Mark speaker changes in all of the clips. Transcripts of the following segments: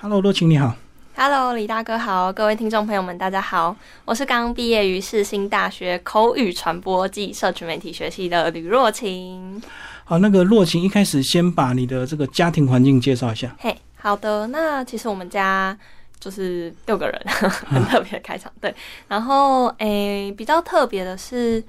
Speaker 1: Hello，若晴你好。
Speaker 2: Hello，李大哥好，各位听众朋友们，大家好，我是刚毕业于世新大学口语传播暨社群媒体学系的吕若晴。
Speaker 1: 好，那个若晴一开始先把你的这个家庭环境介绍一下。
Speaker 2: 嘿、好的，那其实我们家就是六个人， 很特别的开场。对，然后诶、比较特别的是，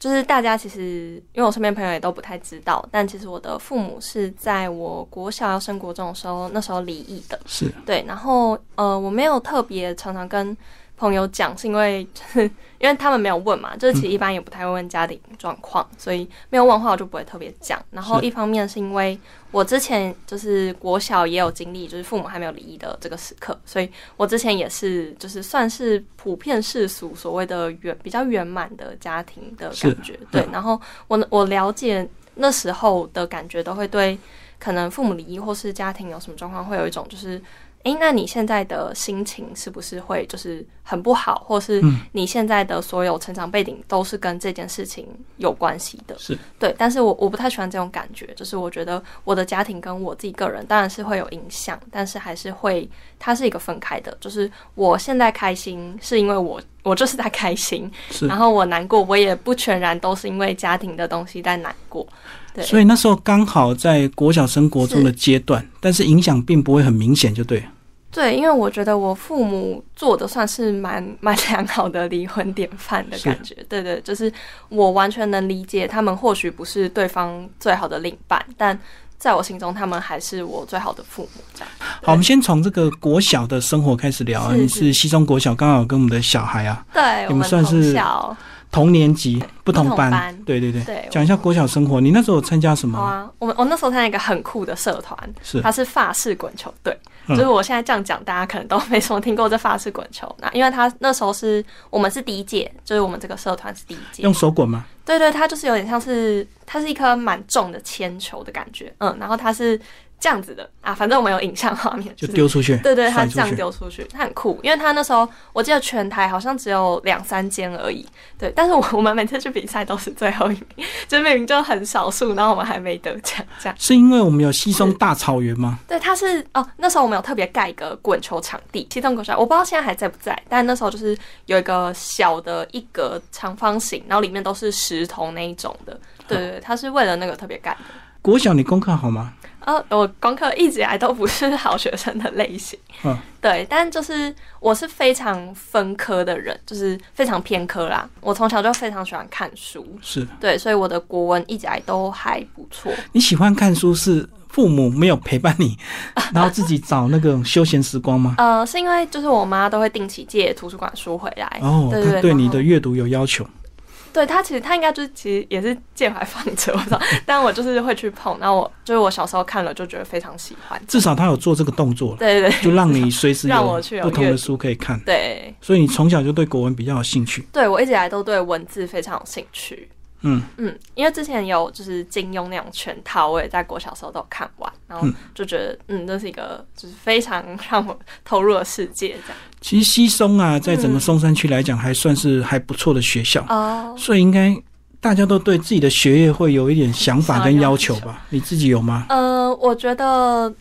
Speaker 2: 就是大家其实因为我身边朋友也都不太知道，但其实我的父母是在我国小要升国中的时候，那时候离异的。
Speaker 1: 是，
Speaker 2: 对，然后呃，我没有特别常常跟朋友讲，是因为 就是因为他们没有问嘛，就
Speaker 1: 嗯
Speaker 2: 是其实一般也不太会问家庭状况，所以没有问的话我就不会特别讲。然后
Speaker 1: 是
Speaker 2: 一方面是因为我之前就是国小也有经历，就是父母还没有离异的这个时刻，所以我之前也是就是算是普遍世俗所谓的圆比较圆满的家庭的
Speaker 1: 是
Speaker 2: 感觉。对
Speaker 1: 嗯，
Speaker 2: 然后我我了解那时候的感觉，都会对可能父母离异或是家庭有什么状况，会有一种就是。诶，那你现在的心情是不是会就是很不好，或是
Speaker 1: 嗯
Speaker 2: 你现在的所有成长背景都是跟这件事情有关系的？
Speaker 1: 是，
Speaker 2: 对，但是我我不太喜欢这种感觉，就是我觉得我的家庭跟我自己个人当然是会有影响，但是还是会它是一个分开的，就是我现在开心是因为我我就是在开心，
Speaker 1: 是
Speaker 2: 然。后我难过我也不全然都是因为家庭的东西在难过，对
Speaker 1: 所以那时候刚好在国小升国中的阶段，但是影响并不会很明显，就对了。
Speaker 2: 对，因为我觉得我父母做的算是蛮蛮良好的离婚典范的感觉，对对，就是我完全能理解他们或许不是对方最好的另一半，但在我心中他们还是我最好的父母，这样。
Speaker 1: 好，我们先从这个国小的生活开始聊啊。
Speaker 2: 是
Speaker 1: 你
Speaker 2: 是
Speaker 1: 是西中国小，刚好跟我们的小孩啊
Speaker 2: 对，
Speaker 1: 你
Speaker 2: 我
Speaker 1: 们
Speaker 2: 们
Speaker 1: 算
Speaker 2: 从
Speaker 1: 是
Speaker 2: 小
Speaker 1: 同年级，不同
Speaker 2: 同班
Speaker 1: 对对对，
Speaker 2: 对
Speaker 1: 讲一下国小生活。你那时候有参加什么？
Speaker 2: 好啊，我们我那时候参加一个很酷的社团，
Speaker 1: 是
Speaker 2: 它是法式滚球队。
Speaker 1: 嗯
Speaker 2: 就是我现在这样讲，大家可能都 没什么听过这法式滚球。那因为它那时候是我们是第一届，就是我们这个社团是第一届，
Speaker 1: 用手滚吗？
Speaker 2: 对对，它就是有点像是它是一颗蛮重的铅球的感觉，嗯，然后它是这样子的啊，反正我们有影像画面，
Speaker 1: 就是丢出去，
Speaker 2: 对对，它
Speaker 1: 甩
Speaker 2: 这
Speaker 1: 出
Speaker 2: 样
Speaker 1: 去。
Speaker 2: 丢出去，它很酷，因为它那时候我记得全台好像只有两三间而已，对，但是我我们每次去比赛都是最后一名，就明明就很少数，然后我们还没得奖这样。
Speaker 1: 是因为我们有西中大草原吗？
Speaker 2: 对，它是哦，那时候我们有特别盖一个滚球场地，西东滚球场，我不知道现在还在不在，但那时候就是有一个小的一格长方形，然后里面都是石头那一种的，对对对，它是为了那个特别盖的。
Speaker 1: 国小你功课好吗？
Speaker 2: 呃，我功课一直以来都 不是好学生的类型，
Speaker 1: 嗯
Speaker 2: 对，但就是我是非常分科的人，就是非常偏科啦。我从小就非常喜欢看书，
Speaker 1: 是
Speaker 2: 对，所以我的国文一直以来都还不错。
Speaker 1: 你喜欢看书是父母没有陪伴 你，然后自己找那种休闲时光吗？
Speaker 2: 呃，是因为就是我妈都会定期借图书馆书回来，
Speaker 1: 哦，
Speaker 2: 哎对
Speaker 1: 他
Speaker 2: 对
Speaker 1: 对你
Speaker 2: 然后
Speaker 1: 的阅读有要求，
Speaker 2: 对他其实他应该就是其实也是借回来放着，我不知道， 但我就是会去碰。然后我就是我小时候看了就觉得非常喜欢，
Speaker 1: 至少他有做这个动作了，
Speaker 2: 对对对
Speaker 1: 就让你随时
Speaker 2: 让我去有
Speaker 1: 不同
Speaker 2: 阅
Speaker 1: 的
Speaker 2: 读
Speaker 1: 书可以看。
Speaker 2: 对
Speaker 1: 所以你从小就对国文比较有兴趣。
Speaker 2: 对，我一直以来都对文字非常有兴趣。
Speaker 1: 嗯
Speaker 2: 嗯，因为之前有就是金庸那种全套，我也在国小时候都有看完，然后
Speaker 1: 嗯
Speaker 2: 就觉得嗯，这是一个就是非常让我投入的世界这样。
Speaker 1: 其实西松啊，在整个松山区来讲，还算是还不错的学校，
Speaker 2: 哦，
Speaker 1: 所以应该大家都对自己的学业会有一点想法跟要求
Speaker 2: 想
Speaker 1: 吧？你自己有吗？
Speaker 2: 呃，我觉得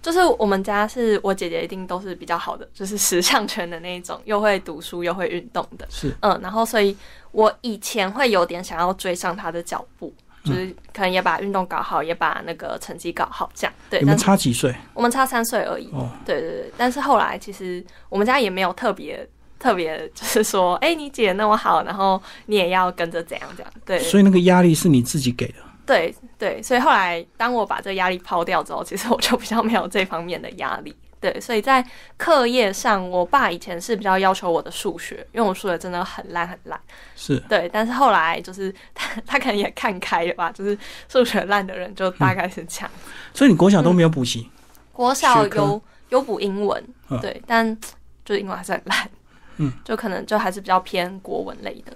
Speaker 2: 就是我们家是我姐姐一定都是比较好的，就是十项全的那一种，又会读书又会运动的。
Speaker 1: 是
Speaker 2: 嗯，然后所以我以前会有点想要追上他的脚步，就是
Speaker 1: 嗯
Speaker 2: 可能也把运动搞好，也把那个成绩搞好，这样对
Speaker 1: 你。们
Speaker 2: 但是
Speaker 1: 差几岁？
Speaker 2: 我们差三岁而已，
Speaker 1: 哦，
Speaker 2: 对对对。但是后来其实我们家也没有特别特别，就是说，哎、你姐那么好，然后你也要跟着怎样怎样，对
Speaker 1: 所以那个压力是你自己给的。
Speaker 2: 对对。所以后来当我把这个压力抛掉之后，其实我就比较没有这方面的压力。对，所以在课业上，我爸以前是比较要求我的数学，因为我数学真的很烂很烂。
Speaker 1: 是
Speaker 2: 对，但是后来就是他，他可能也看开了吧，就是数学烂的人就大概是这样。
Speaker 1: 所以你国小都没有补习，
Speaker 2: 国小
Speaker 1: 学科
Speaker 2: 有有补英文，
Speaker 1: 嗯
Speaker 2: 对，但就英文还是很烂，
Speaker 1: 嗯，
Speaker 2: 就可能就还是比较偏国文类的。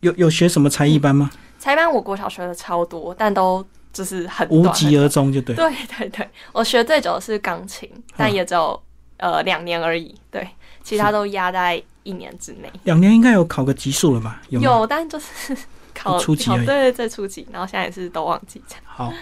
Speaker 1: 有有学什么才艺班吗？
Speaker 2: 才班我国小学的超多，但都就是很
Speaker 1: 无
Speaker 2: 短
Speaker 1: 疾而终就嗯对。
Speaker 2: 对对对，我学最久的是钢琴，但也只有、呃两年而已，对，其他都压在一年之内。
Speaker 1: 两年应该有考个级数了吧？有吗？
Speaker 2: 有，但就是 考
Speaker 1: 初级
Speaker 2: 考
Speaker 1: 而已
Speaker 2: 对对最初级，然后现在也是都忘记这样。
Speaker 1: 好，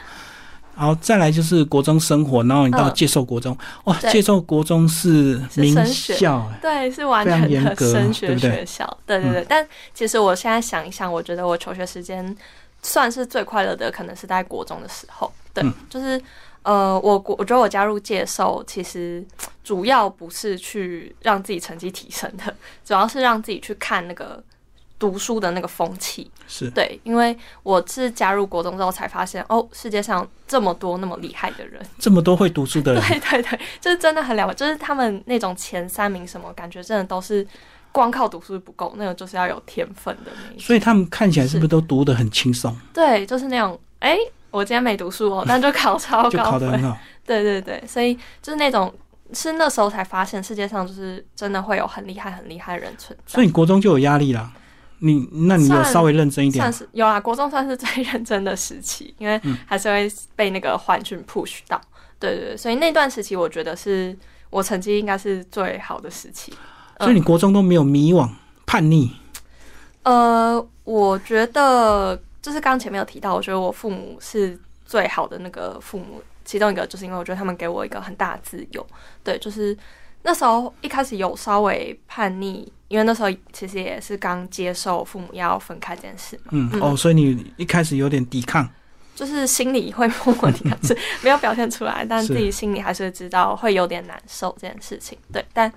Speaker 1: 然后再来就是国中生活，然后你到
Speaker 2: 嗯
Speaker 1: 介寿国中，哇，
Speaker 2: 对
Speaker 1: 介寿国中是
Speaker 2: 是
Speaker 1: 名
Speaker 2: 升学
Speaker 1: 校、哎
Speaker 2: 对，是完全
Speaker 1: 非常严
Speaker 2: 的
Speaker 1: 格
Speaker 2: 升学
Speaker 1: 对不对嗯
Speaker 2: 学校，对对对。但其实我现在想一想，我觉得我求学时间算是最快乐的，可能是在国中的时候。对，
Speaker 1: 嗯
Speaker 2: 就是呃，我国我觉得我加入介寿，其实主要不是去让自己成绩提升的，主要是让自己去看那个读书的那个风气。
Speaker 1: 是
Speaker 2: 对，因为我是加入国中之后才发现，哦，世界上这么多那么厉害的人。
Speaker 1: 这么多会读书的人，
Speaker 2: 对对对，就是真的很了不起，就是他们那种前三名什么，感觉真的都是光靠读书不够，那种就是要有天分的那一种。
Speaker 1: 所以他们看起来是不是都读得很轻松，
Speaker 2: 对，就是那种，哎、我今天没读书 哦，但就考超
Speaker 1: 就
Speaker 2: 高
Speaker 1: 考得很
Speaker 2: 分。
Speaker 1: 好？
Speaker 2: 对对对，所以就是那种，是那时候才发现世界上就是真的会有很厉害很厉害的人存在。
Speaker 1: 所以你国中就有压力啦。你那你有
Speaker 2: 算
Speaker 1: 稍微认真一点
Speaker 2: 算
Speaker 1: 吗，
Speaker 2: 是有啦，啊国中算是最认真的时期，因为还是会被那个环境 push 到。对对对，所以那段时期我觉得是我成绩应该是最好的时期。嗯
Speaker 1: 所以你国中都没有迷惘、叛逆，
Speaker 2: 呃，我觉得就是刚前面有提到，我觉得我父母是最好的那个父母，其中一个就是因为我觉得他们给我一个很大的自由，对，就是那时候一开始有稍微叛逆，因为那时候其实也是刚接受父母要分开这件事嘛，
Speaker 1: 嗯，
Speaker 2: 嗯
Speaker 1: 哦，所以你一开始有点抵抗，
Speaker 2: 就是心里会默默地是没有表现出来， 但
Speaker 1: 是
Speaker 2: 自己心里还是会知道会有点难受这件事情。对，但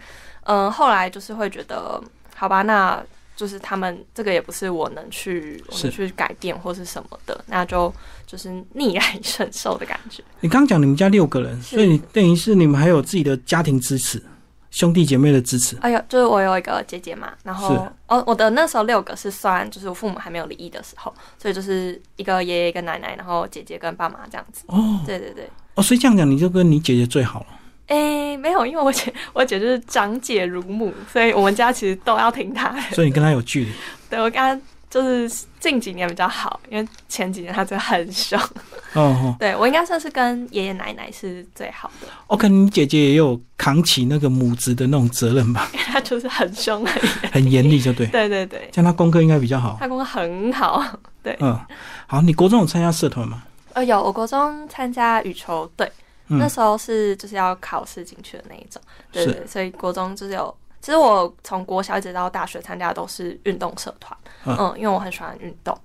Speaker 2: 嗯、呃后来就是会觉得，好吧，那就是他们这个也不是我能去我
Speaker 1: 是
Speaker 2: 能去改变或是什么的，那就就是逆来顺受的感 觉。
Speaker 1: 你刚讲你们家六个人，
Speaker 2: 是
Speaker 1: 所以你等于是你们还有自己的家庭支持，兄弟姐妹的支持。
Speaker 2: 哎呦，就是我有一个姐姐嘛，然
Speaker 1: 是
Speaker 2: 后哦，我的那时候六个是算就是我父母还没有离异的时候，所以就是一个爷爷一个奶奶，然后姐姐跟爸妈这样子。
Speaker 1: 哦
Speaker 2: 对对对。
Speaker 1: 哦，所以这样讲你就跟你姐姐最好 了。
Speaker 2: 诶，没有，因为我姐我姐就是长姐如母，所以我们家其实都要听她的。
Speaker 1: 所以你跟她有距离，
Speaker 2: 对我跟她就是近几年比较好，因为前几年她真的很凶。
Speaker 1: 哦哦
Speaker 2: 对我应该算是跟爷爷奶奶是最好的，
Speaker 1: ，OK，你姐姐也有扛起那个母职的那种责任 吧，
Speaker 2: 因为她就是很凶很严。
Speaker 1: 很严厉，就对。
Speaker 2: 对对对，
Speaker 1: 这样她功课应该比较 好。
Speaker 2: 她功课很好。
Speaker 1: 嗯，好，你国中有参加社团吗？
Speaker 2: 呃，有我国中参加羽球队，
Speaker 1: 嗯
Speaker 2: 那时候是就是要考试进去的那一种。对
Speaker 1: 是
Speaker 2: 对，所以国中就是有。其实我从国小一直到大学参加的都是运动社团，
Speaker 1: 嗯
Speaker 2: 嗯，因为我很喜欢运动，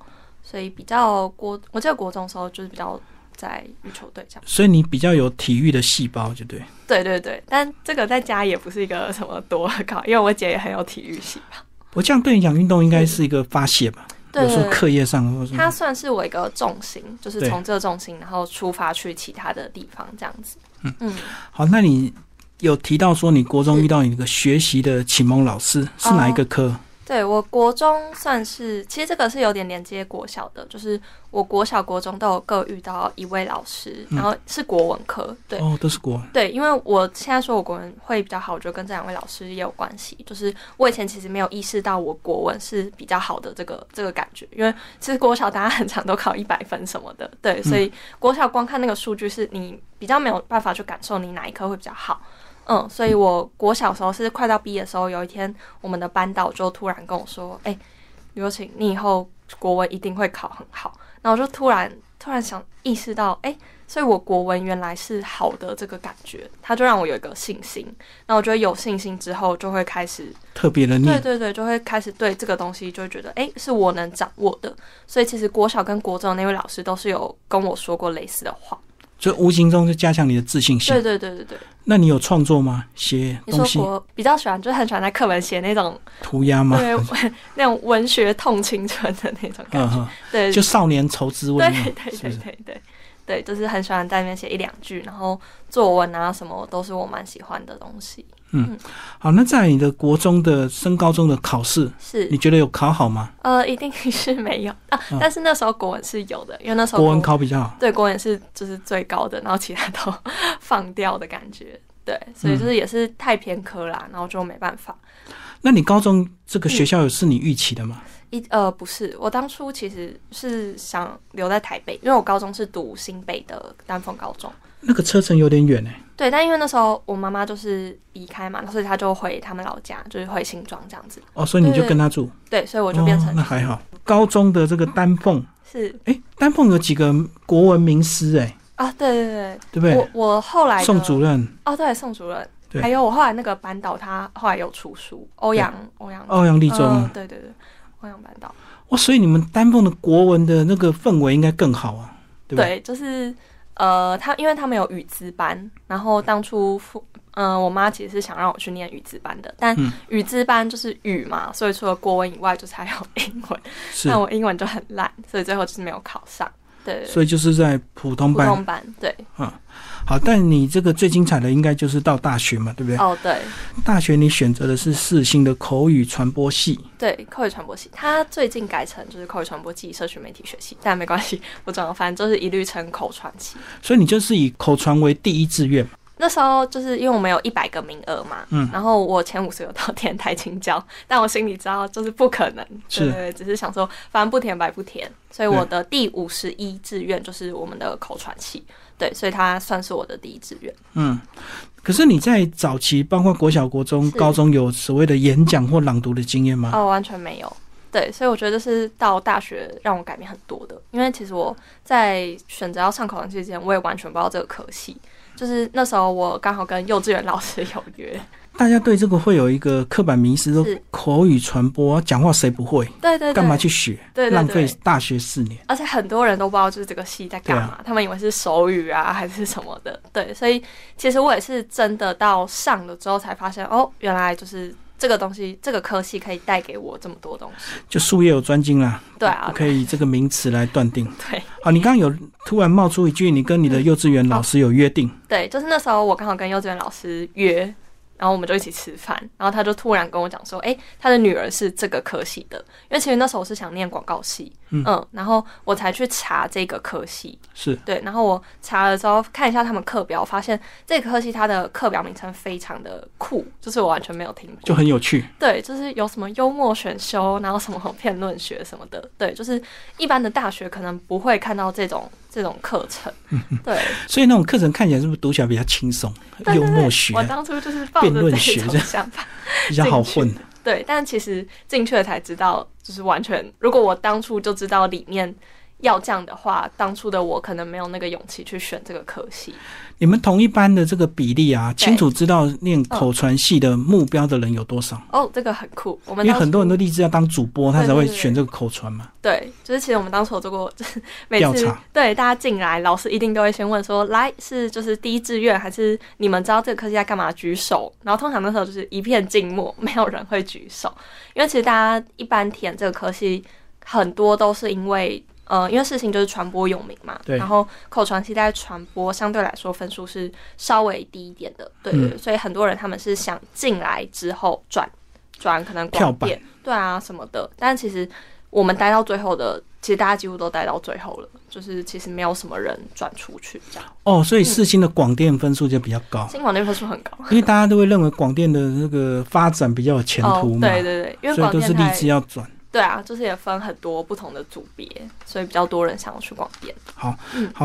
Speaker 2: 所以比较国，我记得国中的时候就是比较在羽球队这样。
Speaker 1: 所以你比较有体育的细胞，就对。
Speaker 2: 对对对，但这个在家也不是一个什么多高，因为我姐也很有体育系吧。
Speaker 1: 我这样对你讲，运动应该是一个发泄吧？
Speaker 2: 对
Speaker 1: 有时
Speaker 2: 对
Speaker 1: 候
Speaker 2: 对，
Speaker 1: 课业上或者什
Speaker 2: 它
Speaker 1: 么。
Speaker 2: 算是我一个重心，就是
Speaker 1: 对
Speaker 2: 从这个重心，然后出发去其他的地方这样子。嗯，
Speaker 1: 好，那你有提到说你国中遇到你一个学习的启蒙老师
Speaker 2: 哦
Speaker 1: 是哪一个科？
Speaker 2: 对我国中算是，其实这个是有点连接国小的，就是我国小、国中都有各遇到一位老师，
Speaker 1: 嗯
Speaker 2: 然后是国文科，对，
Speaker 1: 哦，都是国文。
Speaker 2: 对，因为我现在说我国文会比较好，我觉得跟这两位老师也有关系。就是我以前其实没有意识到我国文是比较好的这个这个感觉，因为其实国小大家很常都考一百分什么的，对，所以国小光看那个数据是你比较没有办法去感受你哪一科会比较好。嗯，所以我国小时候是快到毕业的时候，有一天我们的班导就突然跟我说：“哎、刘晴，你以后国文一定会考很好。”然后我就突然突然想意识到，哎、所以我国文原来是好的这个感觉，它就让我有一个信心。那我觉得有信心之后，就会开始，
Speaker 1: 特别的
Speaker 2: 对
Speaker 1: 念，
Speaker 2: 对对，就会开始对这个东西就会觉得，诶，是我能掌握的。所以其实国小跟国中的那位老师都是有跟我说过类似的话。
Speaker 1: 所以无形中就加强你的自信心
Speaker 2: 对。对对对对，
Speaker 1: 那你有创作吗？写
Speaker 2: 你
Speaker 1: 东
Speaker 2: 说
Speaker 1: 西、
Speaker 2: 国比较喜欢，就是很喜欢在课本写那种
Speaker 1: 涂鸦吗？
Speaker 2: 对 那种文学痛青春的那种感
Speaker 1: 嗯
Speaker 2: 觉。
Speaker 1: 哼，
Speaker 2: 对，
Speaker 1: 就少年愁滋味那
Speaker 2: 对
Speaker 1: 种，
Speaker 2: 对
Speaker 1: 是不
Speaker 2: 对
Speaker 1: 是？
Speaker 2: 对对对，就是很喜欢在那边写一两句，然后作文啊什么都是我蛮喜欢的东西。
Speaker 1: 好，那在你的国中的升高中的考试，
Speaker 2: 是
Speaker 1: 你觉得有考好吗？
Speaker 2: 呃，一定 是没有啊
Speaker 1: 嗯，
Speaker 2: 但是那时候国文是有的，因为那时候
Speaker 1: 国文考比较好。
Speaker 2: 对国文是就是最高的，然后其他都 放掉的感觉，对，所
Speaker 1: 嗯
Speaker 2: 以就是也是太偏科啦，然后就没办法。
Speaker 1: 那你高中这个
Speaker 2: 嗯
Speaker 1: 学校有是你预期的吗？
Speaker 2: 一呃不是，我当初其实是想留在台北，因为我高中是读新北的丹凤高中，
Speaker 1: 那个车程有点远哎、
Speaker 2: 对，但因为那时候我妈妈就是离开嘛，所以她就回他们老家，就是回新庄这样子，
Speaker 1: 哦，所以你就
Speaker 2: 对
Speaker 1: 跟他住，
Speaker 2: 对，所以我就变
Speaker 1: 哦
Speaker 2: 成、
Speaker 1: 那还好。高中的这个丹凤，
Speaker 2: 是
Speaker 1: 哎、丹凤有几个国文名师哎、
Speaker 2: 啊，对对对，
Speaker 1: 对不对？
Speaker 2: 我我后来的
Speaker 1: 宋主任、
Speaker 2: 哦，对宋主任，
Speaker 1: 对
Speaker 2: 还有我后来那个班导，他后来有出书，欧阳欧阳
Speaker 1: 欧阳立中，
Speaker 2: 嗯对对对，欧阳班导，
Speaker 1: 哇，所以你们丹凤的国文的那个氛围应该更好啊，对不对？
Speaker 2: 对，就是呃，他因为他们有语资班，然后当初父嗯、我妈其实是想让我去念语资班的，但
Speaker 1: 嗯
Speaker 2: 语资班就是语嘛，所以除了国文以外，就是还有英文，
Speaker 1: 是
Speaker 2: 但，我英文就很烂，所以最后就是没有考上。对对，对
Speaker 1: 所以就是在普通
Speaker 2: 普
Speaker 1: 班。
Speaker 2: 通班，对，
Speaker 1: 好，但你这个最精彩的应该就是到大学嘛，对不对？
Speaker 2: 哦对
Speaker 1: 大学你选择的是世新的口语传播系，
Speaker 2: 对，口语传播系，它最近改成就是口语传播系社群媒体学系，但没关系，不重要，反正就是一律称口传系。
Speaker 1: 所以你就是以口传为第一志愿嘛。
Speaker 2: 那时候就是因为我们有一百个名额嘛，
Speaker 1: 嗯
Speaker 2: 然后我前五十有到填台青教，但我心里知道就是不可能，
Speaker 1: 是
Speaker 2: 对对对，只是想说反正不填白不填，所以我的第五十一志愿就是我们的口传系，对，所以它算是我的第一志愿。
Speaker 1: 嗯，可是你在早期，包括国小、国中、
Speaker 2: 是
Speaker 1: 高中，有所谓的演讲或朗读的经验吗？
Speaker 2: 哦，完全没有。对，所以我觉得是到大学让我改变很多的，因为其实我在选择要上口传系之前，我也完全不知道这个科系。就是那时候我刚好跟幼稚园老师有约，
Speaker 1: 大家对这个会有一个刻板迷思，说
Speaker 2: 是
Speaker 1: 口语传播讲话谁不会，
Speaker 2: 对对对，
Speaker 1: 干嘛去学？
Speaker 2: 对对对
Speaker 1: 浪费大学四年。
Speaker 2: 而且很多人都不知道就是这个系在
Speaker 1: 啊
Speaker 2: 干嘛，他们以为是手语啊还是什么的。对，所以其实我也是真的到上了之后才发现，哦，原来就是这个东西，这个科系可以带给我这么多东西。
Speaker 1: 就术业有专精啦，
Speaker 2: 对啊，嗯
Speaker 1: 可以以这个名词来断定。
Speaker 2: 对
Speaker 1: 好，你刚刚有突然冒出一句，你跟你的幼稚园
Speaker 2: 嗯
Speaker 1: 老师有约定，
Speaker 2: 对，就是那时候我刚好跟幼稚园老师约，然后我们就一起吃饭，然后他就突然跟我讲说，诶，他的女儿是这个科系的，因为其实那时候我是想念广告系，
Speaker 1: 嗯
Speaker 2: 嗯，然后我才去查这个科系，
Speaker 1: 是
Speaker 2: 对，然后我查了之后看一下他们课表，发现这个科系它的课表名称非常的酷，就是我完全没有听
Speaker 1: 就
Speaker 2: 过。
Speaker 1: 很有趣。
Speaker 2: 对，就是有什么幽默选修，然后什么辩论学什么的，对，就是一般的大学可能不会看到这种这种课程。
Speaker 1: 嗯
Speaker 2: 对，
Speaker 1: 所以那种课程看起来是不是读起来比较轻松，
Speaker 2: 对
Speaker 1: 幽默学
Speaker 2: 我当初就是抱
Speaker 1: 辩
Speaker 2: 着
Speaker 1: 论
Speaker 2: 这
Speaker 1: 学
Speaker 2: 种
Speaker 1: 这样
Speaker 2: 想法，
Speaker 1: 比较好混？
Speaker 2: 对，但其实进去了才知道，就是完全，如果我当初就知道里面要这样的话，当初的我可能没有那个勇气去选这个科系。
Speaker 1: 你们同一班的这个比例啊，
Speaker 2: 对嗯
Speaker 1: 清楚知道念口传系的目标的人有多少？
Speaker 2: 哦，这个很酷，我们
Speaker 1: 因为
Speaker 2: 当
Speaker 1: 很
Speaker 2: 初
Speaker 1: 多人都立志要当主播，他才会
Speaker 2: 对对对
Speaker 1: 选这个口传嘛。
Speaker 2: 对，就是其实我们当初有做过， 就是每
Speaker 1: 调
Speaker 2: 次
Speaker 1: 查
Speaker 2: 对大家进来，老师一定都会先问说，来是就是第一志愿还是你们知道这个科技在干嘛举手，然后通常那时候就是一片静默， 没有人会举手，因为其实大家一般填这个科系很多都是因为。呃，因为事情就是传播有名嘛，
Speaker 1: 对
Speaker 2: 然后口传系在传播相对来说分数是稍微低一点的，对，
Speaker 1: 嗯
Speaker 2: 所以很多人他们是想进来之后转转可能
Speaker 1: 跳
Speaker 2: 广
Speaker 1: 板
Speaker 2: 电，对啊什么的，但其实我们待到最后的，其实大家几乎都待到最后了，就是其实没有什么人转出去这样。
Speaker 1: 哦，所以四星的广电分数就比较高，
Speaker 2: 新广电分数很高，
Speaker 1: 因为大家都会认为广电的那个发展比较有前途嘛，
Speaker 2: 哦对对对，因为
Speaker 1: 所以
Speaker 2: 广
Speaker 1: 都是
Speaker 2: 电
Speaker 1: 立
Speaker 2: 台
Speaker 1: 志要转。
Speaker 2: 对啊，就是也分很多不同的组别，所以比较多人想要去广电。
Speaker 1: 好，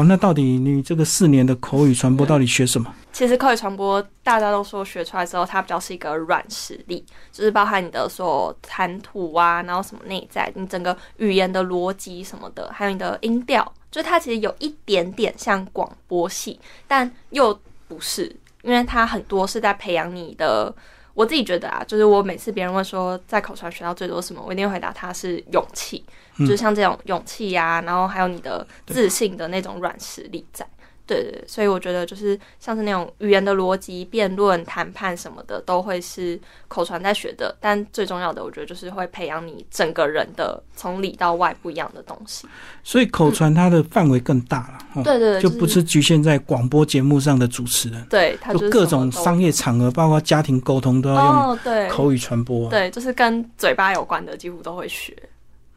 Speaker 1: 那到底你这个四年的口语传播
Speaker 2: 嗯
Speaker 1: 到底学什么？
Speaker 2: 其实口语传播，大家都说学出来之后，它比较是一个软实力，就是包含你的所有谈吐啊，然后什么内在，你整个语言的逻辑什么的，还有你的音调，就是它其实有一点点像广播系，但又不是，因为它很多是在培养你的。我自己觉得啊，就是我每次别人问说在口传学到最多什么，我一定会回答它是勇气，
Speaker 1: 嗯
Speaker 2: 就是像这种勇气呀、然后还有你的自信的那种软实力在。对对，对所以我觉得就是像是那种语言的逻辑、辩论、谈判什么的，都会是口传在学的。但最重要的，我觉得就是会培养你整个人的从里到外不一样的东西。
Speaker 1: 所以口传它的范围更大了，哦、
Speaker 2: 对对对，
Speaker 1: 就是不是局限在广播节目上的主持人，
Speaker 2: 对，它就是
Speaker 1: 就各
Speaker 2: 什么
Speaker 1: 种
Speaker 2: 都
Speaker 1: 商业场合，包括家庭沟通都要用
Speaker 2: 哦，对
Speaker 1: 口语传播、啊。
Speaker 2: 对，就是跟嘴巴有关的，几乎都会学。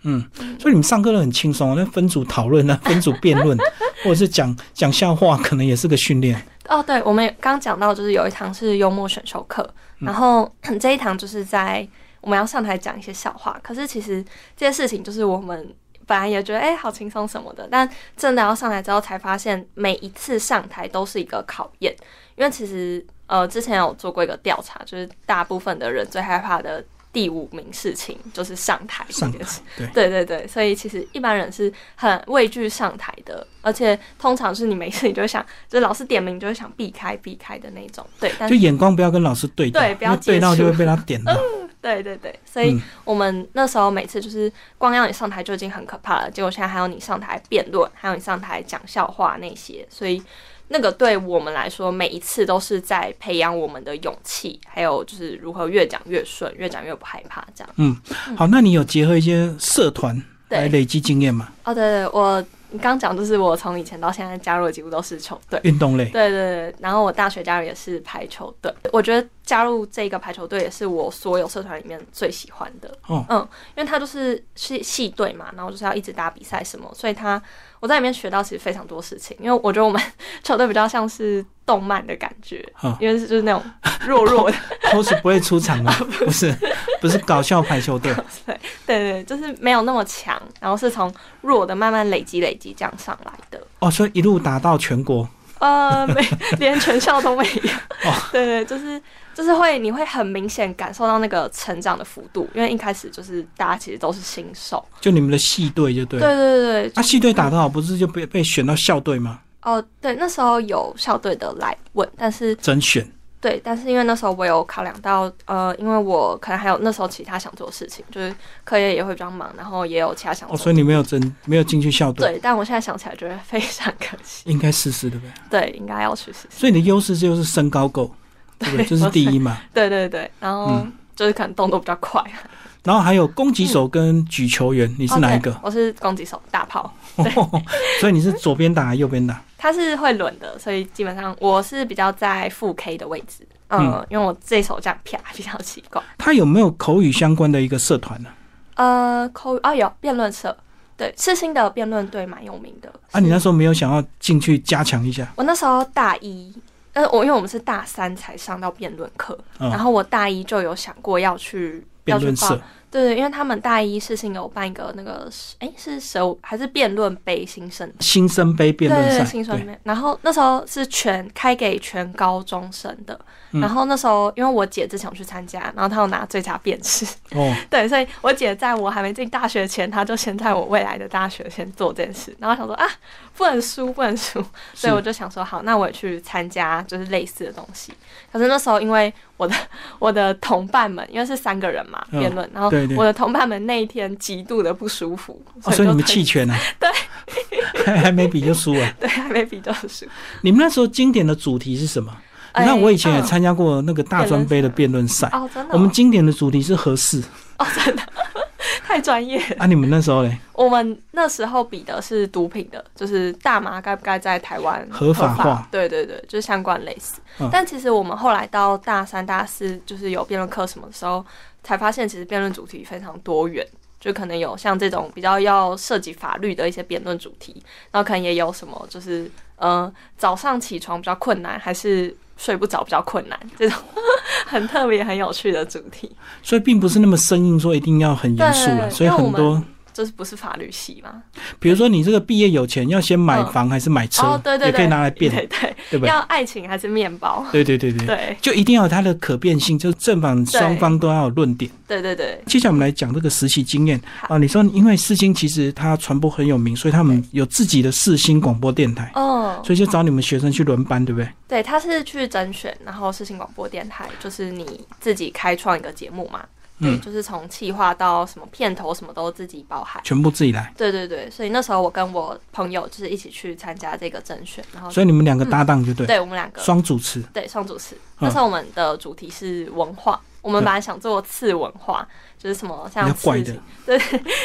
Speaker 1: 嗯，所以你们上课都很轻松啊，那分组讨论啊，分组辩 论，或者是讲讲笑话，可能也是个训练。
Speaker 2: 哦，对，我们刚讲到就是有一堂是幽默选修课，
Speaker 1: 嗯
Speaker 2: 然后这一堂就是在我们要上台讲一些笑话。可是其实这些事情就是我们本来也觉得哎、好轻松什么的，但真的要上台之后才发现，每一次上台都是一个考验，因为其实呃之前有做过一个调查，就是大部分的人最害怕的。第五名事情，就是上台这
Speaker 1: 上
Speaker 2: 件事
Speaker 1: 台。对，
Speaker 2: 对对对，所以其实一般人是很畏惧上台的，而且通常是你没事你就会想， 就是老师点名就会想避开避开的那种。对，但
Speaker 1: 就眼光不要跟老师对到，
Speaker 2: 对不要
Speaker 1: 因为对到
Speaker 2: 接触
Speaker 1: 就会被他点到。
Speaker 2: 对对对，所以
Speaker 1: 嗯，
Speaker 2: 我们那时候每次就是光要你上台就已经很可怕了，结果现在还有你上台辩论，还有你上台讲笑话那些，所以那个对我们来说，每一次都是在培养我们的勇气，还有就是如何越讲越顺，越讲越不害怕这样。
Speaker 1: 好，那你有结合一些社团来
Speaker 2: 嗯对
Speaker 1: 累积经验吗？
Speaker 2: 哦，对对，我你刚讲就是我从以前到现在加入的几乎都是球队。
Speaker 1: 运动类，
Speaker 2: 对对对，然后我大学加入也是排球队，我觉得加入这个排球队也是我所有社团里面最喜欢的。
Speaker 1: 哦
Speaker 2: 嗯，因为它就是系系队嘛，然后就是要一直打比赛什么，所以它我在里面学到其实非常多事情，因为我觉得我们 球队比较像是动漫的感觉，
Speaker 1: 嗯
Speaker 2: 因为是就是那种弱弱的，
Speaker 1: 都是不会出场 的，不是，不是搞笑排球队。
Speaker 2: 对对，就是没有那么强，然后是从弱的慢慢累积累积这样上来的。
Speaker 1: 哦，所以一路打到全国，
Speaker 2: 呃，没， 连全校都没有。
Speaker 1: 哦
Speaker 2: 对对，就是就是会，你会很明显感受到那个成长的幅度，因为一开始就是大家其实都是新手。
Speaker 1: 就你们的系队就对
Speaker 2: 对
Speaker 1: 了。
Speaker 2: 对对
Speaker 1: 啊，
Speaker 2: 对，
Speaker 1: 系队打得好，不是就被被选到校队吗？
Speaker 2: 哦，对，那时候有校队的来问，但是
Speaker 1: 甄选
Speaker 2: 对，但是因为那时候我有考量到，呃，因为我可能还有那时候其他想做的事情，就是课业也会比较忙，然后也有其他想
Speaker 1: 哦，
Speaker 2: 做的。
Speaker 1: 所以你没有甄，没有进去校队，
Speaker 2: 对，但我现在想起来觉得非常可惜。
Speaker 1: 应该试试对不对？
Speaker 2: 对，应该要去试试。
Speaker 1: 所以你的优势就是身高够，对不对？这是第一嘛。
Speaker 2: 对对对，然后
Speaker 1: 嗯
Speaker 2: 就是可能动作比较快。
Speaker 1: 然后还有攻击手跟举球员，你是哪一个
Speaker 2: 哦对？我是攻击手，大炮，
Speaker 1: 所以你是左边打还是右边打？
Speaker 2: 他是会轮的，所以基本上我是比较在副 K 的位置。嗯，
Speaker 1: 嗯
Speaker 2: 因为我这手这样啪比较奇怪。
Speaker 1: 他有没有口语相关的一个社团呢、
Speaker 2: 呃，口语啊有辩论社，对，赤心的辩论队蛮有名的。
Speaker 1: 啊？你那
Speaker 2: 是
Speaker 1: 时候没有想要进去加强一下？
Speaker 2: 我那时候大一，呃，我因为我们是大三才上到辩论课，
Speaker 1: 嗯
Speaker 2: 然后我大一就有想过要去
Speaker 1: 辩论
Speaker 2: 要去
Speaker 1: 社
Speaker 2: 报对对，因为他们大一世新有办一个那个，哎，是手还是辩论杯新生
Speaker 1: 新生杯辩
Speaker 2: 对对
Speaker 1: 论
Speaker 2: 对，
Speaker 1: 赛，
Speaker 2: 新生
Speaker 1: 对，
Speaker 2: 妹。然后那时候是全开给全高中生的，
Speaker 1: 嗯
Speaker 2: 然后那时候因为我姐之前有去参加，然后她有拿最佳辩识，
Speaker 1: 哦，
Speaker 2: 对，所以我姐在我还没进大学前，她就先在我未来的大学先做这件事，然后想说啊，不能输，不能输，所以我
Speaker 1: 是
Speaker 2: 就想说好，那我也去参加就是类似的东西。可是那时候因为我的 我的同伴们，因为是三个人嘛
Speaker 1: 嗯
Speaker 2: 辩论，然后
Speaker 1: 对对
Speaker 2: 我的同伴们那一天极度的不舒服，
Speaker 1: 哦，所
Speaker 2: 就
Speaker 1: 以你们
Speaker 2: 退
Speaker 1: 弃权 啊？对，还还没比就输了。
Speaker 2: 对还没比较输。
Speaker 1: 你们那时候经典的主题是什么？你
Speaker 2: 哎
Speaker 1: 看我以前也
Speaker 2: 嗯
Speaker 1: 参加过那个大专杯的辩论赛，
Speaker 2: 哦，真的哦、
Speaker 1: 我们经典的主题是合适
Speaker 2: 哦太专业了。
Speaker 1: 啊。你们那时候嘞，
Speaker 2: 我们那时候比的是毒品的，就是大麻该不该在台湾
Speaker 1: 合法化
Speaker 2: 对对对，就是相关类似。
Speaker 1: 嗯
Speaker 2: 但其实我们后来到大三、大四，就是有辩论课什么的时候，才发现其实辩论主题非常多元。就可能有像这种比较要涉及法律的一些辩论主题，然后可能也有什么就是呃早上起床比较困难，还是睡不着比较困难这种 很特别很有趣的主题。
Speaker 1: 所以并不是那么生硬，说一定要很严肃了。
Speaker 2: 对
Speaker 1: 所以
Speaker 2: 因为我
Speaker 1: 很
Speaker 2: 们
Speaker 1: 多，
Speaker 2: 就是不是法律系嘛，
Speaker 1: 比如说你这个毕业有钱，要先买
Speaker 2: 嗯
Speaker 1: 房还是买车
Speaker 2: 哦，对，对
Speaker 1: 也
Speaker 2: 对，
Speaker 1: 可以拿来辩，
Speaker 2: 对对，
Speaker 1: 对不对？
Speaker 2: 要爱情还是面包？
Speaker 1: 对对对对。
Speaker 2: 对
Speaker 1: 就一定要有它的可变性，就是正反双方都要有论点。
Speaker 2: 对对对，
Speaker 1: 接下来我们来讲这个实习经验
Speaker 2: 好
Speaker 1: 啊，你说因为四星其实它传播很有名，所以他们有自己的四星广播电台，
Speaker 2: 哦，
Speaker 1: 所以就找你们学生去轮班，对不对？
Speaker 2: 对，他是去甄选，然后是新广播电台，就是你自己开创一个节目嘛，对，
Speaker 1: 嗯，
Speaker 2: 就是从企划到什么片头，什么都自己包含。
Speaker 1: 全部自己来。
Speaker 2: 对对对，所以那时候我跟我朋友就是一起去参加这个甄选，然后
Speaker 1: 所以你们两个搭档就对，
Speaker 2: 哦对我们两个
Speaker 1: 双主持。
Speaker 2: 对双主持，
Speaker 1: 嗯
Speaker 2: 那时候我们的主题是文化，我们本来想做次文化，就是什么像
Speaker 1: 比较嗯怪嗯
Speaker 2: 刺青， 对，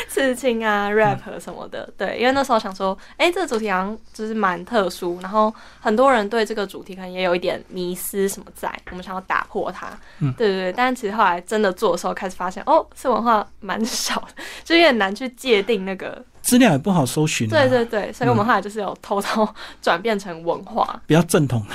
Speaker 2: 刺青啊、rap 什么的，对，因为那时候想说，哎、这个主题好像就是蛮特殊，然后很多人对这个主题可能也有一点迷思什么在，我们想要打破它，
Speaker 1: 嗯
Speaker 2: 对对对，但其实后来真的做的时候，开始发现，哦，次文化蛮少的， 就有点难去界定那个，
Speaker 1: 资料也不好搜寻、啊，
Speaker 2: 对对对，所以我们后来就是有偷偷 转变成文化，
Speaker 1: 比较正统。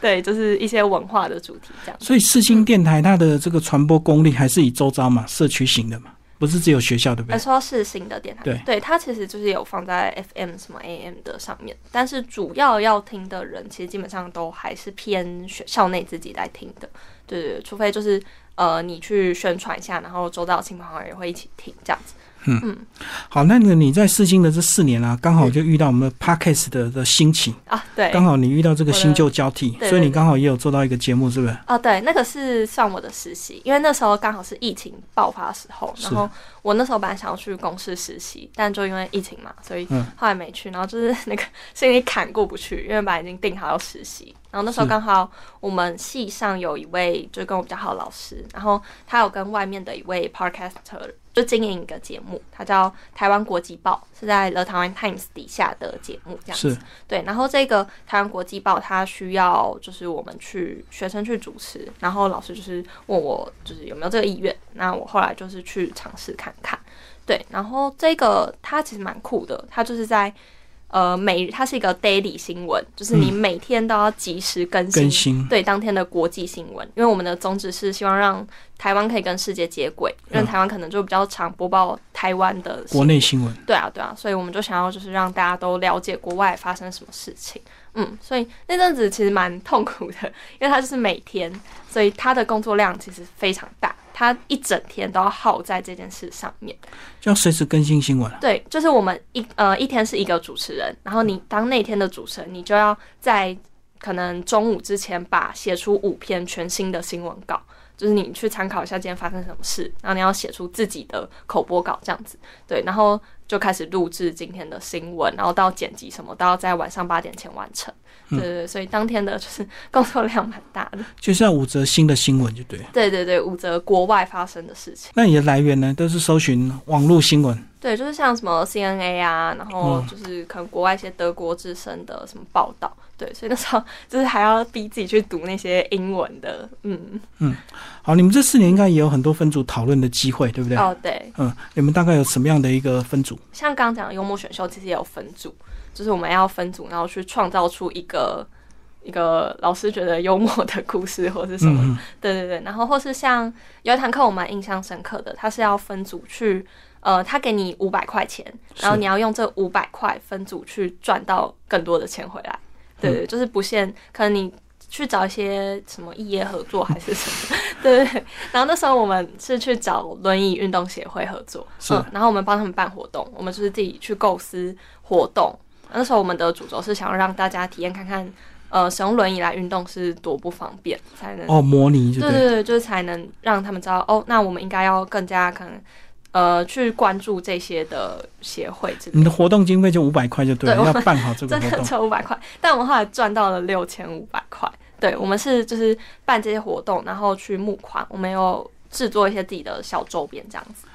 Speaker 2: 对，就是一些文化的主题这样。
Speaker 1: 所以四星电台它的这个传播功力还是以周遭嘛，社区型的嘛，不是只有学校，对不
Speaker 2: 呃，
Speaker 1: 对？
Speaker 2: 说到是新的电台，
Speaker 1: 对
Speaker 2: 它其实就是有放在 FM 什么 AM 的上面，但是主要要听的人，其实基本上都还是偏学校内自己来听的，对对对，除非就是呃，你去宣传一下，然后周遭的亲朋好友也会一起听这样子。
Speaker 1: 好，那个你在四星的这四年啊，
Speaker 2: 嗯
Speaker 1: 刚好就遇到我们的 podcast 的的兴起，
Speaker 2: 啊，对，
Speaker 1: 刚好你遇到这个新旧交替
Speaker 2: 我的，对
Speaker 1: 所以你
Speaker 2: 对对
Speaker 1: 刚好也有做到一个节目，是不是？
Speaker 2: 啊，对，那个是算我的实习，因为那时候刚好是疫情爆发的时候，
Speaker 1: 是
Speaker 2: 然后我那时候本来想要去公司实习，但就因为疫情嘛，所以
Speaker 1: 嗯
Speaker 2: 后来没去。然后就是 那个心里坎过不去，因为本来已经定好要实习，然后那时候
Speaker 1: 是
Speaker 2: 刚好我们系上有一位就是跟我比较好的老师，然后他有跟外面的一位 podcaster 就经营一个节目，他叫台湾国际报，是在 The Taiwan Times 底下的节目这样子
Speaker 1: 是。
Speaker 2: 对，然后这个台湾国际报它需要就是我们去学生去主持，然后老师就是问我就是有没有这个意愿，那我后来就是去尝试看看，对，然后这个它其实蛮酷的，它就是在呃每它是一个 daily 新闻，就是你每天都要及时更
Speaker 1: 嗯
Speaker 2: 新。
Speaker 1: 更新，
Speaker 2: 对当天的国际新闻，因为我们的宗旨是希望让台湾可以跟世界接轨，因为
Speaker 1: 嗯
Speaker 2: 台湾可能就比较常播报台湾的新
Speaker 1: 国内新闻，
Speaker 2: 对啊，对啊，所以我们就想要就是让大家都了解国外发生什么事情。嗯，所以那阵子其实蛮痛苦的，因为他就是每天，所以他的工作量其实非常大，他一整天都要耗在这件事上面。
Speaker 1: 就要随时更新新闻啊。
Speaker 2: 对，就是我们一呃一天是一个主持人，然后你当那天的主持人，你就要在可能中午之前把写出五篇全新的新闻稿，就是你去参考一下今天发生什么事，然后你要写出自己的口播稿这样子，对，然后就开始录制今天的新闻，然后到剪辑什么都要在晚上八点前完成，对对对，所以当天的就是工作量蛮大的，
Speaker 1: 就是要五则新的新闻就对了。
Speaker 2: 对对对，五则国外发生的事情。
Speaker 1: 那你的来源呢，都是搜寻网络新闻，
Speaker 2: 对，就是像什么 CNA 啊，然后
Speaker 1: 嗯
Speaker 2: 就是可能国外一些德国之声的什么报道，对，所以那时候 就是还要逼自己去读那些英文的，嗯，
Speaker 1: 好，你们这四年应该也有很多分组讨论的机会，对不对？
Speaker 2: 哦对，
Speaker 1: 嗯，你们大概有什么样的一个分组？
Speaker 2: 像刚刚讲的幽默选秀，其实也有分组，就是我们要分组，然后去创造出一个一个老师觉得幽默的故事或是什么
Speaker 1: 嗯，
Speaker 2: 对对对，然后或是像有一堂课我蛮印象深刻的，它是要分组去，呃，他给你五百块钱，
Speaker 1: 是
Speaker 2: 然后你要用这五百块分组去赚到更多的钱回来。对
Speaker 1: 嗯
Speaker 2: 对，就是不限，可能你去找一些什么异业合作还是什么， 对对对。然后那时候我们是去找轮椅运动协会合作，
Speaker 1: 是
Speaker 2: 嗯，然后我们帮他们办活动，我们就是自己去构思活动。那时候我们的主轴是想要让大家体验看看，呃，使用轮椅来运动是多不方便，才能
Speaker 1: 哦，模拟就
Speaker 2: 对
Speaker 1: 对了。
Speaker 2: 对对，就是才能让他们知道哦，那我们应该要更加可能呃去关注这些的协会之
Speaker 1: 你
Speaker 2: 类
Speaker 1: 们
Speaker 2: 的。
Speaker 1: 的活动经费就五百块就对了，
Speaker 2: 对我
Speaker 1: 要办好这个
Speaker 2: 真
Speaker 1: 活
Speaker 2: 的
Speaker 1: 动。
Speaker 2: 就五百块，但我们后来赚到了六千五百块。对，我们是就是办这些活动，然后去募款，我们有制作一些自己的小周边这样子。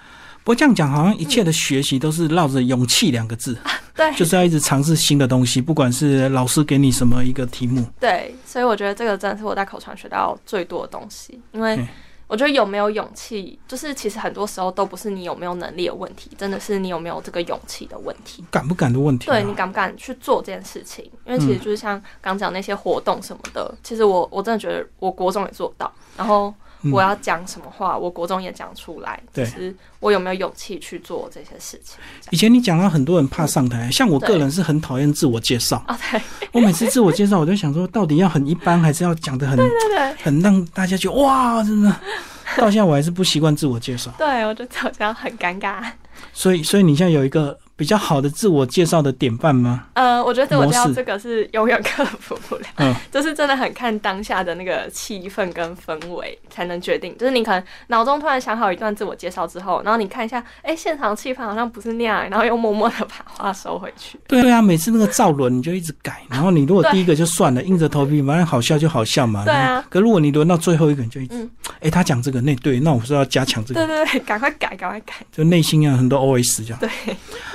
Speaker 1: 不过这样讲，好像一切的学习都是绕着勇气两个字，
Speaker 2: 对，
Speaker 1: 就是要一直尝试新的东西，不管是老师给你什么一个题目，
Speaker 2: 对，所以我觉得这个真的是我在口传学到最多的东西，因为
Speaker 1: 嗯
Speaker 2: 我觉得有没有勇气，就是其实很多时候都不是你有没有能力的问题，真的是你有没有这个勇气的问题。
Speaker 1: 敢不敢的问题、啊。嗯
Speaker 2: 对你敢不敢去做这件事情？因为其实就是像刚讲那些活动什么的，其实我我真的觉得我国中也做到，然后我要讲什么话，我国中也讲出来，
Speaker 1: 嗯对
Speaker 2: 只是我有没有勇气去做这些事情？
Speaker 1: 以前你讲到很多人怕上台，像我个人是很讨厌自我介绍。
Speaker 2: 啊，对
Speaker 1: 我每次自我介绍，我就想说，到底要很一般，还是要讲的很
Speaker 2: 对对
Speaker 1: 很让大家觉得哇，真的。到现在我还是不习惯自我介绍，
Speaker 2: 对，我觉得好像很尴尬。
Speaker 1: 所以所以你现在有一个比较好的自我介绍的典范吗？
Speaker 2: 呃，我觉得我
Speaker 1: 模
Speaker 2: 知道
Speaker 1: 式
Speaker 2: 这个是永远克服不了，
Speaker 1: 嗯
Speaker 2: 就是真的很看当下的那个气氛跟氛围才能决定。就是你可能脑中突然想好一段自我介绍之后，然后你看一下，哎、现场气氛好像不是那样，然后又默默的把话收回去。
Speaker 1: 对啊，每次那个造轮你就一直改，然后你如果第一个就算了，硬着头皮，反正好笑就好笑嘛。
Speaker 2: 对啊。
Speaker 1: 可如果你轮到最后一个，你就一直，哎、
Speaker 2: 嗯
Speaker 1: 他讲这个那对，那我是要加强这
Speaker 2: 对
Speaker 1: 个，
Speaker 2: 对对， 赶快改，赶快改。
Speaker 1: 就内心啊有很多 OS 这样。
Speaker 2: 对，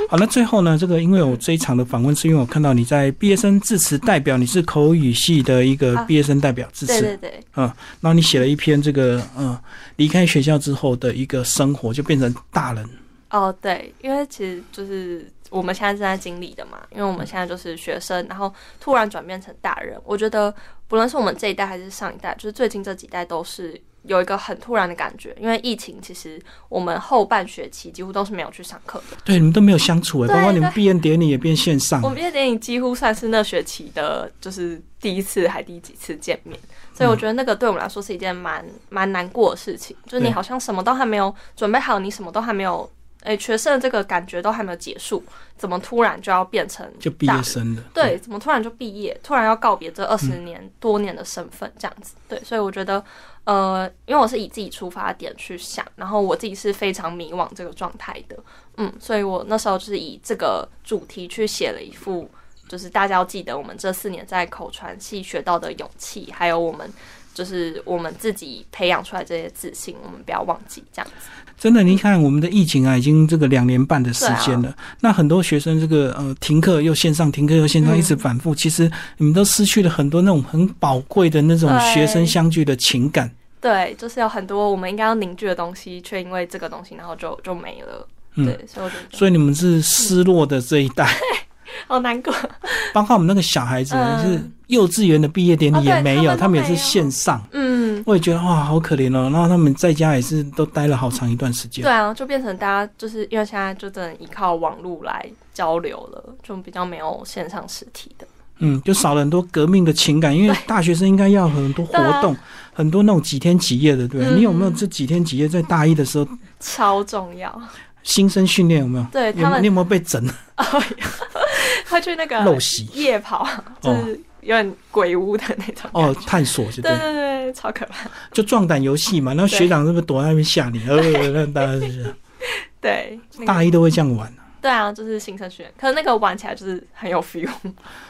Speaker 1: 好，那最后呢，这个因为我这一场的访问是因为我看到你在毕业生致辞代表，你是口语系的一个
Speaker 2: 啊
Speaker 1: 毕业生代表致辞，
Speaker 2: 对对对，
Speaker 1: 然后你写了一篇这个，嗯、离开学校之后的一个生活，就变成大人，
Speaker 2: 哦对，因为其实就是我们现在正在经历的嘛，因为我们现在就是学生，然后突然转变成大人，我觉得不论是我们这一代还是上一代，就是最近这几代都是有一个很突然的感觉，因为疫情，其实我们后半学期几乎都是没有去上课的。
Speaker 1: 对，你们都没有相处哎、
Speaker 2: 对
Speaker 1: 包括你们毕业典礼也变线上
Speaker 2: 我，们毕业典礼几乎算是那学期的，就是第一次还第几次见面，所以
Speaker 1: 嗯
Speaker 2: 我觉得那个对我们来说是一件蛮蛮难过的事情，就是你
Speaker 1: 对
Speaker 2: 好像什么都还没有准备好，你什么都还没有，哎，学生的这个感觉都还没有结束，怎么突然就要变成
Speaker 1: 就毕
Speaker 2: 大
Speaker 1: 业
Speaker 2: 人
Speaker 1: 生了。
Speaker 2: 对，怎么突然就毕业，突然要告别这二十
Speaker 1: 嗯
Speaker 2: 年多年的身份，这样子。对，所以我觉得，呃，因为我是以自己出发点去想，然后我自己是非常迷惘这个状态的，嗯，所以我那时候就是以这个主题去写了一副，就是大家要记得我们这四年在口传系学到的勇气，还有我们。就是我们自己培养出来这些自信，我们不要忘记这样子。
Speaker 1: 真的，你看我们的疫情啊，已经这个两年半的时间
Speaker 2: 啊
Speaker 1: 了。那很多学生这个呃停课又线上，停课又线上，
Speaker 2: 嗯
Speaker 1: 一直反复。其实你们都失去了很多那种很宝贵的那种
Speaker 2: 对
Speaker 1: 学生相聚的情感。
Speaker 2: 对，就是有很多我们应该要凝聚的东西，却因为这个东西，然后就就没了。
Speaker 1: 嗯
Speaker 2: 对，所以我觉得
Speaker 1: 所以你们是失落的这一代，
Speaker 2: 嗯好难过。
Speaker 1: 包括我们那个小孩子啊，
Speaker 2: 嗯
Speaker 1: 是幼稚园的毕业典礼
Speaker 2: 哦
Speaker 1: 也
Speaker 2: 对
Speaker 1: 没
Speaker 2: 他
Speaker 1: 有，
Speaker 2: 们都
Speaker 1: 他们也
Speaker 2: 没
Speaker 1: 是
Speaker 2: 有
Speaker 1: 线上。
Speaker 2: 嗯，
Speaker 1: 我也觉得哇，好可怜哦。然后他们在家也是都待了好长一段时间
Speaker 2: 对。啊，就变成大家就是因为现在就只能依靠网络来交流了，就比较没有线上实体的。
Speaker 1: 嗯，就少了很多革命的情感，因为大学生应该要很多活动，很多那种几天几夜的，对不对？
Speaker 2: 啊嗯
Speaker 1: 你有没有这几天几夜在大一的时候
Speaker 2: 超重要，
Speaker 1: 新生训练有没有？
Speaker 2: 对
Speaker 1: 有
Speaker 2: 他
Speaker 1: 没有
Speaker 2: 们
Speaker 1: 你有没有被整
Speaker 2: 会去那个
Speaker 1: 陋习？
Speaker 2: 夜跑，就
Speaker 1: 哦
Speaker 2: 是有点鬼屋的那种。
Speaker 1: 哦，探索就对
Speaker 2: 对，对对，超可怕。
Speaker 1: 就壮胆游戏嘛。然后
Speaker 2: 对
Speaker 1: 学长是不是躲在那边吓你？呃，那大家是
Speaker 2: 对，那个
Speaker 1: 大一都会这样玩。
Speaker 2: 对啊，就是新生学，可是那个玩起来就是很有 feel。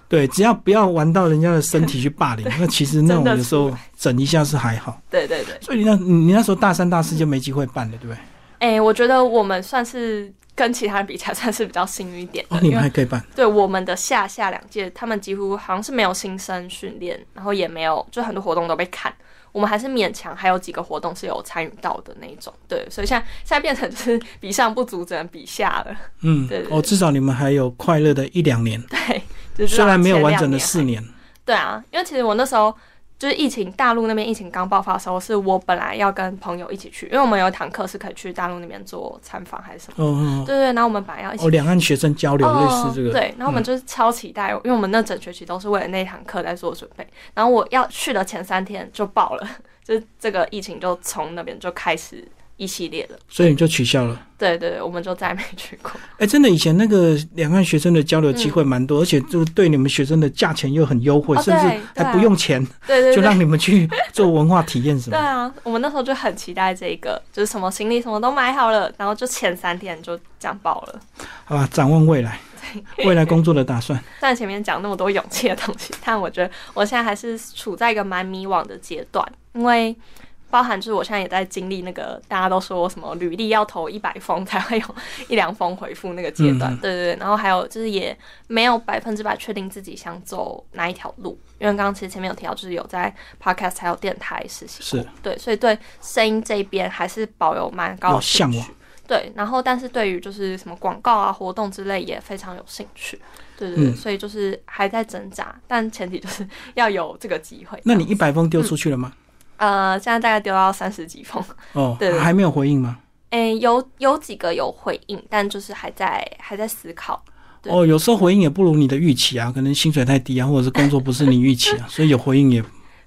Speaker 1: 对，只要不要玩到人家的身体去霸凌，那其实那种
Speaker 2: 真的
Speaker 1: 有时候
Speaker 2: 出
Speaker 1: 整一下是还好。
Speaker 2: 对对对，
Speaker 1: 所以你那，你那时候大三、大四就没机会办了，对不对？
Speaker 2: 哎、我觉得我们算是跟其他人比起来算是比较幸运一点的，
Speaker 1: 哦，你
Speaker 2: 因
Speaker 1: 们
Speaker 2: 为
Speaker 1: 还可以办。
Speaker 2: 对我们的下下两届，他们几乎好像是没有新生训练，然后也没有，就很多活动都被砍。我们还是勉强还有几个活动是有参与到的那一种，对，所以现在现在变成 就是比上不足，只能比下了，
Speaker 1: 嗯
Speaker 2: 对，对
Speaker 1: 哦，至少你们还有快乐的一两年，
Speaker 2: 对，就是
Speaker 1: 虽然没有
Speaker 2: 前两
Speaker 1: 完整的
Speaker 2: 年
Speaker 1: 四年。
Speaker 2: 对啊，因为其实我那时候就是疫情，大陆那边疫情刚爆发的时候，是我本来要跟朋友一起去，因为我们有一堂课是可以去大陆那边做参访还是什么，
Speaker 1: 哦哦
Speaker 2: 对对，然后我们本来要
Speaker 1: 哦
Speaker 2: 一起
Speaker 1: 哦，两岸学生交流类似这个，嗯
Speaker 2: 哦、对，然后我们就是超期待，因为我们那整学期都是为了那一堂课在做准备。然后我要去的前三天就爆了， 就是这个疫情就从那边就开始一系列的。
Speaker 1: 所以你就取消了。
Speaker 2: 对对对，我们就再也没去过。
Speaker 1: 哎，真的，以前那个两岸学生的交流机会蛮多，而且就对你们学生的价钱又很优惠，
Speaker 2: 嗯哦
Speaker 1: 甚至
Speaker 2: 对
Speaker 1: 还不用钱，
Speaker 2: 对对
Speaker 1: 就
Speaker 2: 对。
Speaker 1: 让你们去做文化体验什
Speaker 2: 对
Speaker 1: 么。
Speaker 2: 啊，我们那时候就很期待这个，就是什么行李什么都买好了，然后就前三天就这样爆了。
Speaker 1: 好吧，展望未 来，未来工作的打算。
Speaker 2: 虽然前面讲那么多勇气的东西，但我觉得我现在还是处在一个蛮迷惘的阶段，因为包含就是我现在也在经历那个大家都说什么履历要投一百封才会有一两封回复那个阶段，
Speaker 1: 嗯
Speaker 2: 对对对，然后还有就是也没有百分之百确定自己想走哪一条路，因为刚刚其实前面有提到，就是有在 podcast 还有电台实习过
Speaker 1: 是，
Speaker 2: 对，所以对声音这一边还是保有蛮高
Speaker 1: 有
Speaker 2: 的兴
Speaker 1: 向
Speaker 2: 趣
Speaker 1: 往。
Speaker 2: 对，然后但是对于就是什么广告啊、活动之类也非常有兴趣，对对对，
Speaker 1: 嗯
Speaker 2: 所以就是还在挣扎，但前提就是 要有这个机会。
Speaker 1: 那你一百封
Speaker 2: 嗯
Speaker 1: 丢出去了吗？
Speaker 2: 呃，现在大概丢到三十几封，
Speaker 1: 哦
Speaker 2: 对，对
Speaker 1: 还没有回应吗？
Speaker 2: 诶，有有几个有回应，但就是还在还在思考。对
Speaker 1: 哦，有时候回应也不如你的预期啊，可能薪水太低啊，或者是工作不是你预期啊，所以有回应也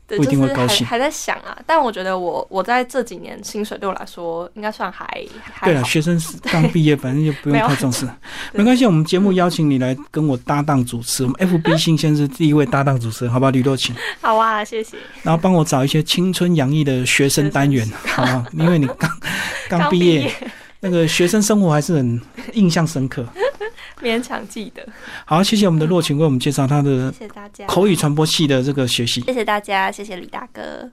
Speaker 2: 对，
Speaker 1: 不一定会
Speaker 2: 就是
Speaker 1: 高
Speaker 2: 还
Speaker 1: 兴
Speaker 2: 还在想啊，但我觉得我我在这几年薪水对我来说应该算还还
Speaker 1: 对了，
Speaker 2: 好，
Speaker 1: 学生是刚毕业，反正就不用
Speaker 2: 没有
Speaker 1: 太重视，
Speaker 2: 对
Speaker 1: 没关系。我们节目邀请你来跟我搭档主持，我 们 FB 新鲜是第一位搭档主持人，好吧，吕若晴，
Speaker 2: 好啊，谢谢。
Speaker 1: 然后帮我找一些青春洋溢的学生单元，好 不好？因为你刚刚
Speaker 2: 刚
Speaker 1: 毕
Speaker 2: 毕
Speaker 1: 业，，那个学生生活还是很印象深刻。
Speaker 2: 勉强记得，
Speaker 1: 好，谢谢我们的若晴为我们介绍她的
Speaker 2: 谢谢大家，
Speaker 1: 口语传播系的这个学习。
Speaker 2: 谢谢大家，谢谢李大哥。